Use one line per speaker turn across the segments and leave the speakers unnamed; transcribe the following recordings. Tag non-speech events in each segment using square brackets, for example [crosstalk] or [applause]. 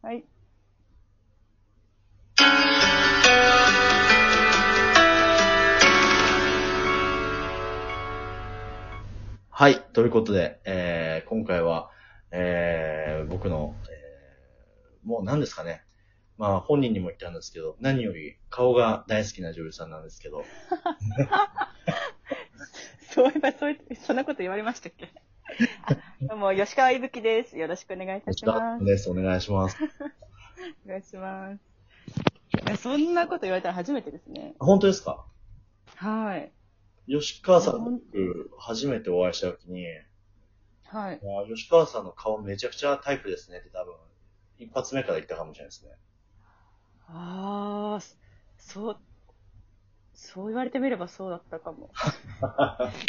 はい。
はい。ということで、えー、今回は、えー、僕の、えー、もう何ですかね。まあ本人にも言ったんですけど、何より顔が大好きな女優さんなんですけど、
そういえば、そうい、そんなこと言われましたっけあどうも、吉川いぶきです。よろしくお願いいたします。
です。お願いします。
お願いします。いや、そんなこと言われたら初めてですね。
本当ですか
はい。
吉川さんと僕、初めてお会いした時に、
はい。
あー吉川さんの顔めちゃくちゃタイプですねって多分、一発目から言ったかもしれないですね。
ああ、そう、そう言われてみればそうだったかも。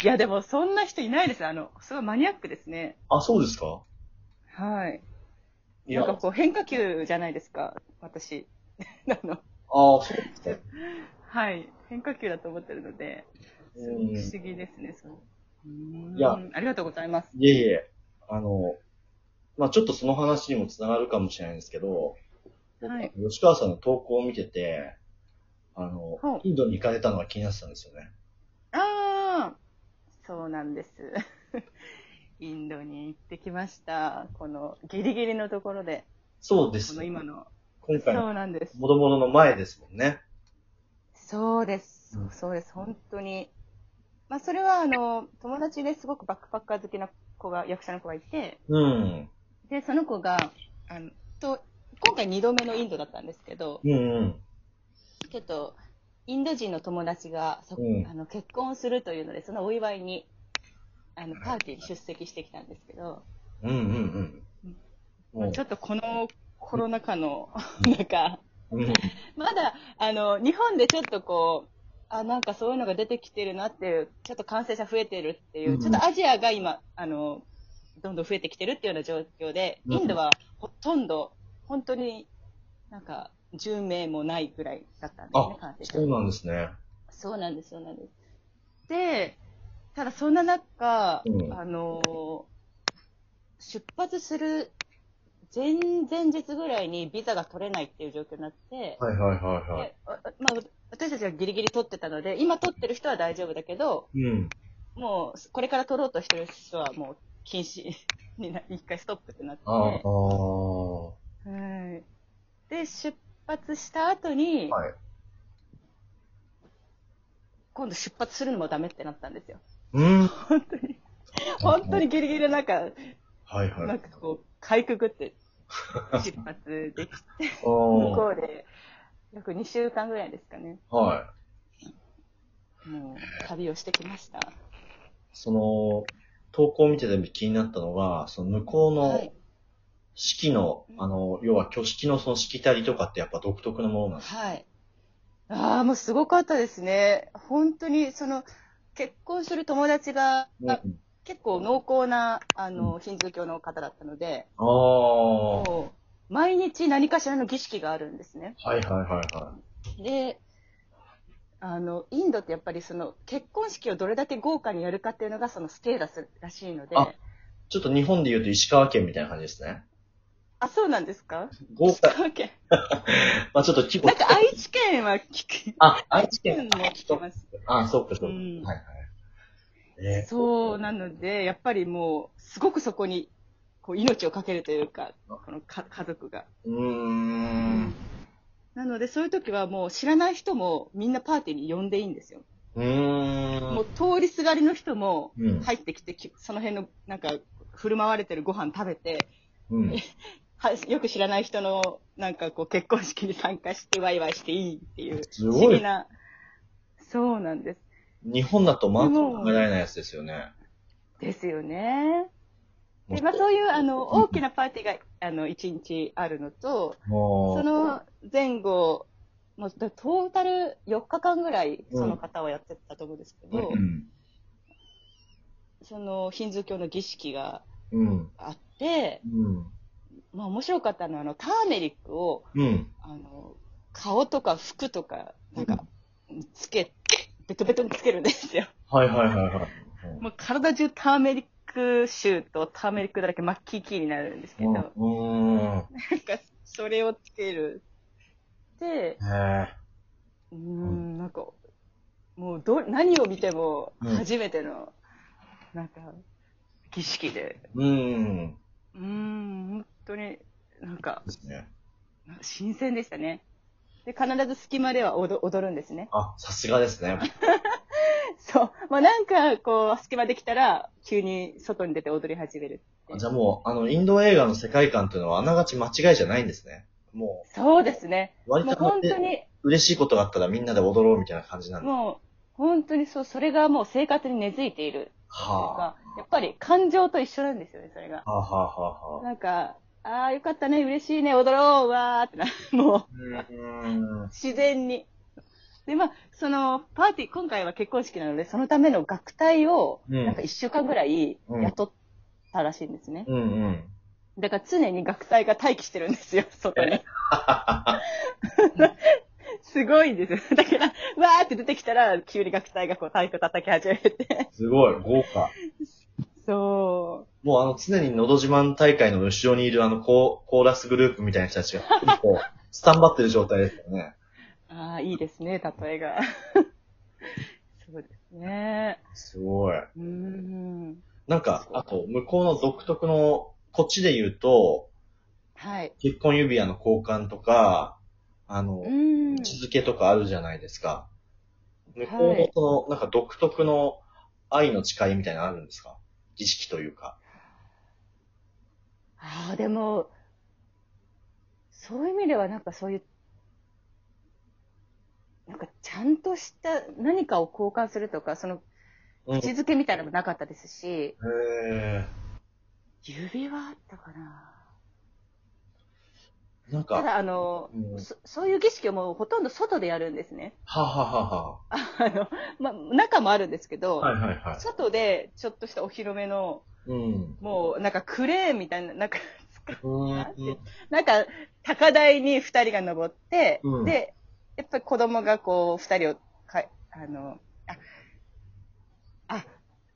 いや、でも、そんな人いないです。あの、すごいマニアックですね。
あ、そうですか
はい。
い
なんか
あ
こう、変化球じゃないですか、私。 [laughs] あの、
あー、そうですね。
はい。変化球だと思ってるので。すご
う
く
ん
不思議ですね、それ。
いや
うーんありがとうございます。
いえいえ、あの、まあちょっとその話にもつながるかもしれないんですけど、僕
はい
吉川さんの投稿を見てて、あの、
はい
インドに行かれたのが気になってたんですよね。
ああ、そうなんです。 [laughs] インドに行ってきました。このギリギリのところで、
そうで
こ
す。
の今の。
今回
そ
の、
うなんです。
もどもどの前ですもんね。
そうです。
う
そ
ん
うそうです。本当に。まあ、それは、あの、友達ですごくバックパッカー好きな子が、役者の子がいて、
うん。
で、その子が、あの、と、今回2度目のインドだったんですけど、
うんうん。
ちょっと、インド人の友達がそ、
うん
あの結婚するというので、そのお祝いに、あの、パーティーに出席してきたんですけど、
うんうんうん。もう
ちょっとこのコロナ禍の [laughs] 中、
うん
まだ、あの、日本でちょっとこう、あ、なんかそういうのが出てきてるなっていう、ちょっと感染者増えてるっていう、
うん
ちょっとアジアが今、あの、どんどん増えてきてるっていうような状況で、
うん
インドはほとんど、本当になんか、10名もないぐらいだったんですね
あ、
感染者
そうなんですね。
そうなんです、そうなんです。で、ただそんな中、
うん
あのー出発する前前日ぐらいにビザが取れないっていう状況になって、
はいはいはいはい。
でああまあ、私たちはギリギリ取ってたので、今取ってる人は大丈夫だけど、
うん。
もうこれから取ろうとしてる人はもう禁止にな、一回ストップってなって、
ああ、あ
は
あ。はい
で、出発した後に、
い。
今度出発するのもダメってなったんですよ。
うん。
本当に。本当にギリギリの中、
はいは
ないん。かこう、かいくぐって、出発できて、
[laughs]
向
あ
こうで、約2週間ぐらいですかね、
あ。はい。
もう、旅をしてきました。
その、投稿を見てて気になったのが、その向こう
は
の
い。
式の、
うん
あの、要は挙式のそのしきたりとかってやっぱ独特のものなんです
はい。ああ、もうすごかったですね。本当に、その、結婚する友達が、
ね。うん
結構濃厚な、あの、ヒンズー教の方だったので、
ああ、は
もう、毎日何かしらの儀式があるんですね。
いはいはいは
で、あの、インドってやっぱりその、結婚式をどれだけ豪華にやるかっていうのがそのステータスらしいので、
あい。ちょっと日本で言うと石川県みたいな感じですね。
あ、そうなんですか
豪華、
石川県。
まあちょっと規模
なん、か愛知県は聞く。
あ、愛知
愛
県
知、も聞きます。
あ、そうかそうか。
うん
はいはい。ね
そうなので、やっぱりもう、すごくそこに、こう、命をかけるというか、このか家族が。
うーん。
なので、そういう時はもう、知らない人もみんなパーティーに呼んでいいんですよ。
うーん。
もう、通りすがりの人も、
うん。
入ってきて、きその辺の、なんか、振る舞われてるご飯食べて、
うん。
はよく知らない人の、なんかこう、結婚式に参加して、ワイワイしていいっていう、
す
不
ご
思議
い。
な、そうなんです。
日本だとまず考えられないやつですよね。
ですよね。
も
で
う
まあ、そういうあの
うん
大きなパーティーがあの1日あるのと、
も
そうの前後、もうだトータル4日間ぐらい、その方はやってたと思うんですけど、
うん。
そのヒンズー教の儀式が
うん。
あって、
うん。
まあ面白かったのは、あのターメリックを
うん。
あの顔とか服とか、なんか、つけ、ベトベトにつけるんですよ。
はいはいはいはい。
[laughs] もう体中ターメリック臭とターメリックだらけ、マッキーキーになるんですけど。
うん。うん
なんか、それをつける。で、
へ
うーん、なんか、もうど、何を見ても、
うん
初めての、なんか、儀式で、
え。うん。
うーん、本当に、なんか、
ですね。
なんか新鮮でしたね。で、必ず隙間では踊踊るんですね。
あ、さすがですね。
そう。まあなんか、こう、隙間できたら、急に外に出て踊り始める。
じゃあもう、あの、インド映画の世界観というのはあながち間違いじゃないんですね。も
そうですね。
う、割
もう
とこ
本
うや
当
って
に、
嬉しいことがあったらみんなで踊ろうみたいな感じなんで。
もう、本当にそう、それがもう生活に根付いているという
は
か、やっぱり感情と一緒なんですよね、それが
あ。。はあはあはあはあ。
なんか、ああ、よかったね、嬉しいね、踊ろう、わーってな、 [laughs] もう、
うん。
自然に。で、まあ、その、パーティー、今回は結婚式なので、そのための学隊を、
うん
なんか一週間ぐらい
うん
雇ったらしいんですね。
うんうん。
だから常に学隊が待機してるんですよ、外に。 [laughs] すごいんですよ。だ [laughs] から、わーって出てきたら、急に学隊がこう太鼓叩き始めて。
すごい、豪華。
そ
もうあの、常にのど自慢大会の後ろにいるあのコー、コーラスグループみたいな人たちが、こう、スタンバってる状態ですよね。
う。ああ、いいですね、例えが。そうですね。
すごい。
うーん。
なんか、あと、向こうの独特の、こっちで言うと、
はい。
結婚指輪の交換とか、あの、
うーん
位。置づけとかあるじゃないですか。向こう
は
の
い
その、なんか独特の愛の誓いみたいなのあるんですか儀式というか。
ああ、でも、そういう意味では、なんかそういう、なんかちゃんとした何かを交換するとか、その、
うん。
口づけみたいなのもなかったですし、
へ
指輪あったかな。
ーなん
た
か、
だ、あの、
うんは
そそういう儀式をもうほとんど外でやるんですね。 [laughs]
はは
あの、ま、中もあるんですけど、
はは。はいはいはい。
外でちょっとしたお披露目の、
うん。
もうなんかクレーンみたいな、なんか、 [laughs]
うん
なんてなんか、高台に二人が登って、
うん
で、やっぱり子供がこう、二人をかい、あの、あ、あ、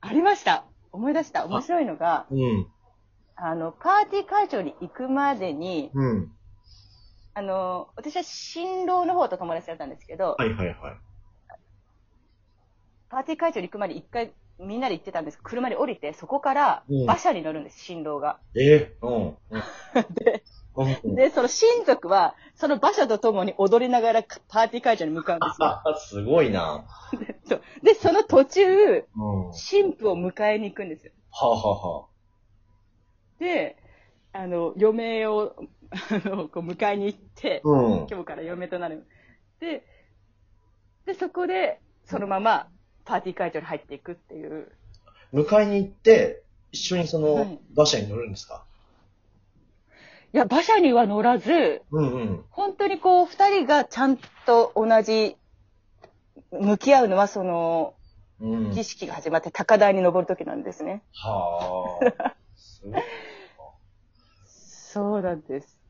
ありました。思い出した。面白いのが、
うん。
あの、パーティー会場に行くまでに、
うん。
あの、私は新郎の方と友達だったんですけど、
はいはいはい。
パーティー会場に行くまで一回みんなで行ってたんですけど車に降りて、そこから
うん
馬車に乗るんです、新郎が。
えー、うん
[laughs] で、
うん。
で、その親族は、その馬車と共に踊りながらパーティー会場に向かうんですよ。
あ、すごいな。
そうで、その途中、
うん。は
神父を迎えに行くんですよ。
あは
で、あの、余命を、あの、こう迎えに行って
あ、はあ。
今日から嫁となる。で、で、そこで、そのまま、パーティー会場に入っていくっていう。
うん。迎えに行って、一緒にそ
は
の
い、
馬車に乗るんですか
いや、馬車には乗らず、
うんうん。
本当にこう、二人がちゃんと同じ、向き合うのは、その、
うん。
儀式が始まって高台に登る時なんですね。
はあ。すごい。
そうなんです。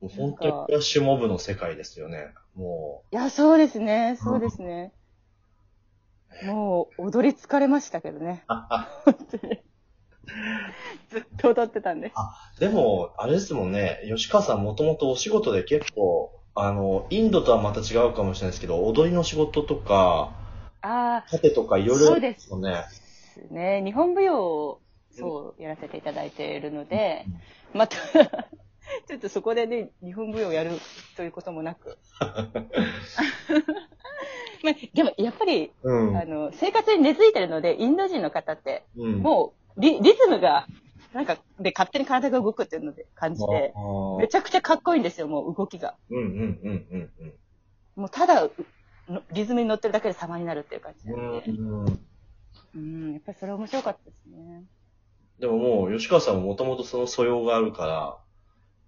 もう本当にフラッシュモブの世界ですよね。も
いや、そうですね、そうですね。もう、踊り疲れましたけどね。本当に [laughs] ずっと踊ってたんで。
う。でも、あれですもんね、吉川さんもともとお仕事で結構、あの、インドとはまた違うかもしれないですけど、踊りの仕事とか、
ああ、
カフェとかいろいろ
そうです
もんね。
ね、日本舞踊を、そう、やらせていただいているので、また、 [laughs] ちょっとそこでね、日本舞踊をやるということもな
[laughs]
く。まあ、でも、やっぱり、
うん。
あの、生活に根付いてるので、インド人の方って、
うん。
もうリ、リズムが、なんか、で、勝手に体が動くっていうので感じて、
ああ
めちゃくちゃかっこいいんですよ、もう動きが。
うんうんうんうんうん。
もうただ、うのリズムに乗ってるだけで様になるっていう感じ
う
なんで。
んうん
うん、やっぱりそれ面白かったですね。
でももう、吉川さんももともとその素養があるから、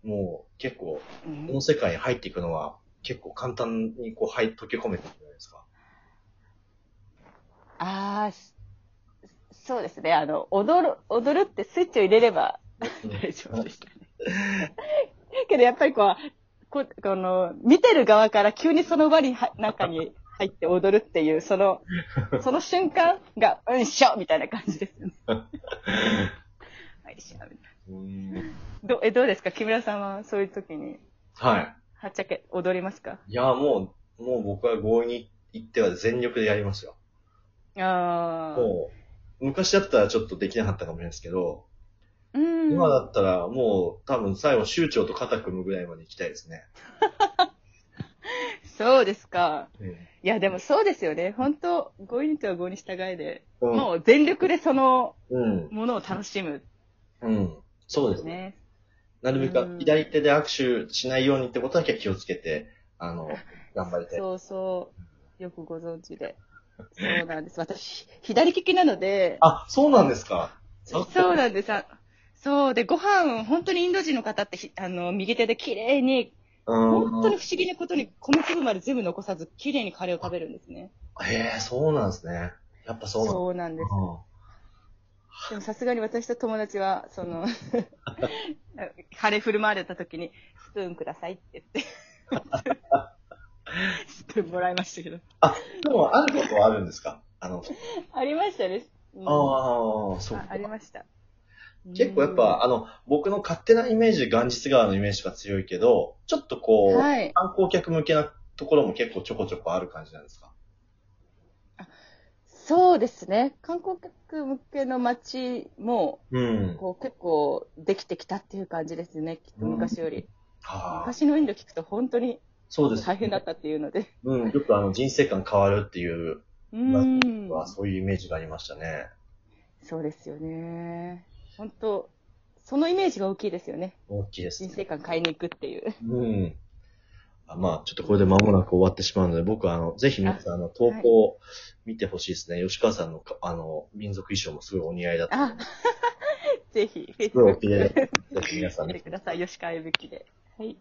もう結構、
う
こ
ん
の、世界に入っていくのは結構簡単にこう、はい、溶け込めてるじゃないですか。
ああ、しそうですね。あの、踊る、踊るってスイッチを入れれば大丈夫でしたね。けどやっぱりこう、ここの、見てる側から急にその場には中に入って踊るっていう、その、その瞬間が、うんしょみたいな感じですよ
[laughs]
ね。うんしょみたいな
うん
どうえどうですか木村さんはそういう時に
はい。
はっちゃけ、踊りますか
いや、もう、もう僕は強引に行っては全力でやりますよ。
ああ。
もう、昔だったらちょっとできなかったかもしれないですけど、
うん。
今だったらもう多分最後、周長と肩組むぐらいまで行きたいですね。
そうですか。
うん
いや、でもそうですよね。本当5にとは5に従いで、
うん。
もう全力でその
うん。
ものを楽しむ
うん。そうですね。
ね。
なるべ
うん
く左手で握手しないようにってことだけは気をつけて、あの、頑張りたい。
そうそう。よくご存知で。そうなんです。私、左利きなので、
あ、そうなんですか。
そ
そう
うなんです。あそうで、ご飯、本当にインド人の方ってひ、あの、右手で綺麗に、
うん。
本当に不思議なことに米粒まで全部残さず、綺麗にカレーを食べるんですね。
へえ、そうなんですね。やっぱそうなん
そうなんです。
う
でもさすがに私と友達は、その、 [laughs] カレー振る舞われた時に、スプーンくださいって [laughs] 言って、スプーンもらいましたけど。
んでも、あることはあるんですかあの、
ありましたね。うん
ああ、そう
あ
か
あ。りました。
結構やっぱ、あの、僕の勝手なイメージ、元日川のイメージが強いけど、ちょっとこ
うん、
う、
はい。
観光客向けなところも結構ちょこちょこある感じなんですか
そうですね。観光客向けの街も、
うん。
こう結構できてきたっていう感じですね。きっと昔より。
はあ、
昔のインド聞くと本当に
そうです。
大変だったっていうので。
うん、よくあの、人生観変わるっていう
う
まあ
ん。
は、そういうイメージがありましたね。
そうですよね。本当そのイメージが大きいですよね。
大きいです
人
ね。
生観変えに行くっていう。
うん。あまあ、ちょっとこれで間もなく終わってしまうので、僕はあの、ぜひ皆さん、あの、投稿を見てほしいですね。吉川さんのか、あの、民族衣装もすごいお似合いだった。
あ、 [laughs] ぜひ、フェイス
すご
ブッ
いお
ク
綺麗だったので。ぜひ皆さん
見
見
て
て
ください。吉川ゆぶきで。はい。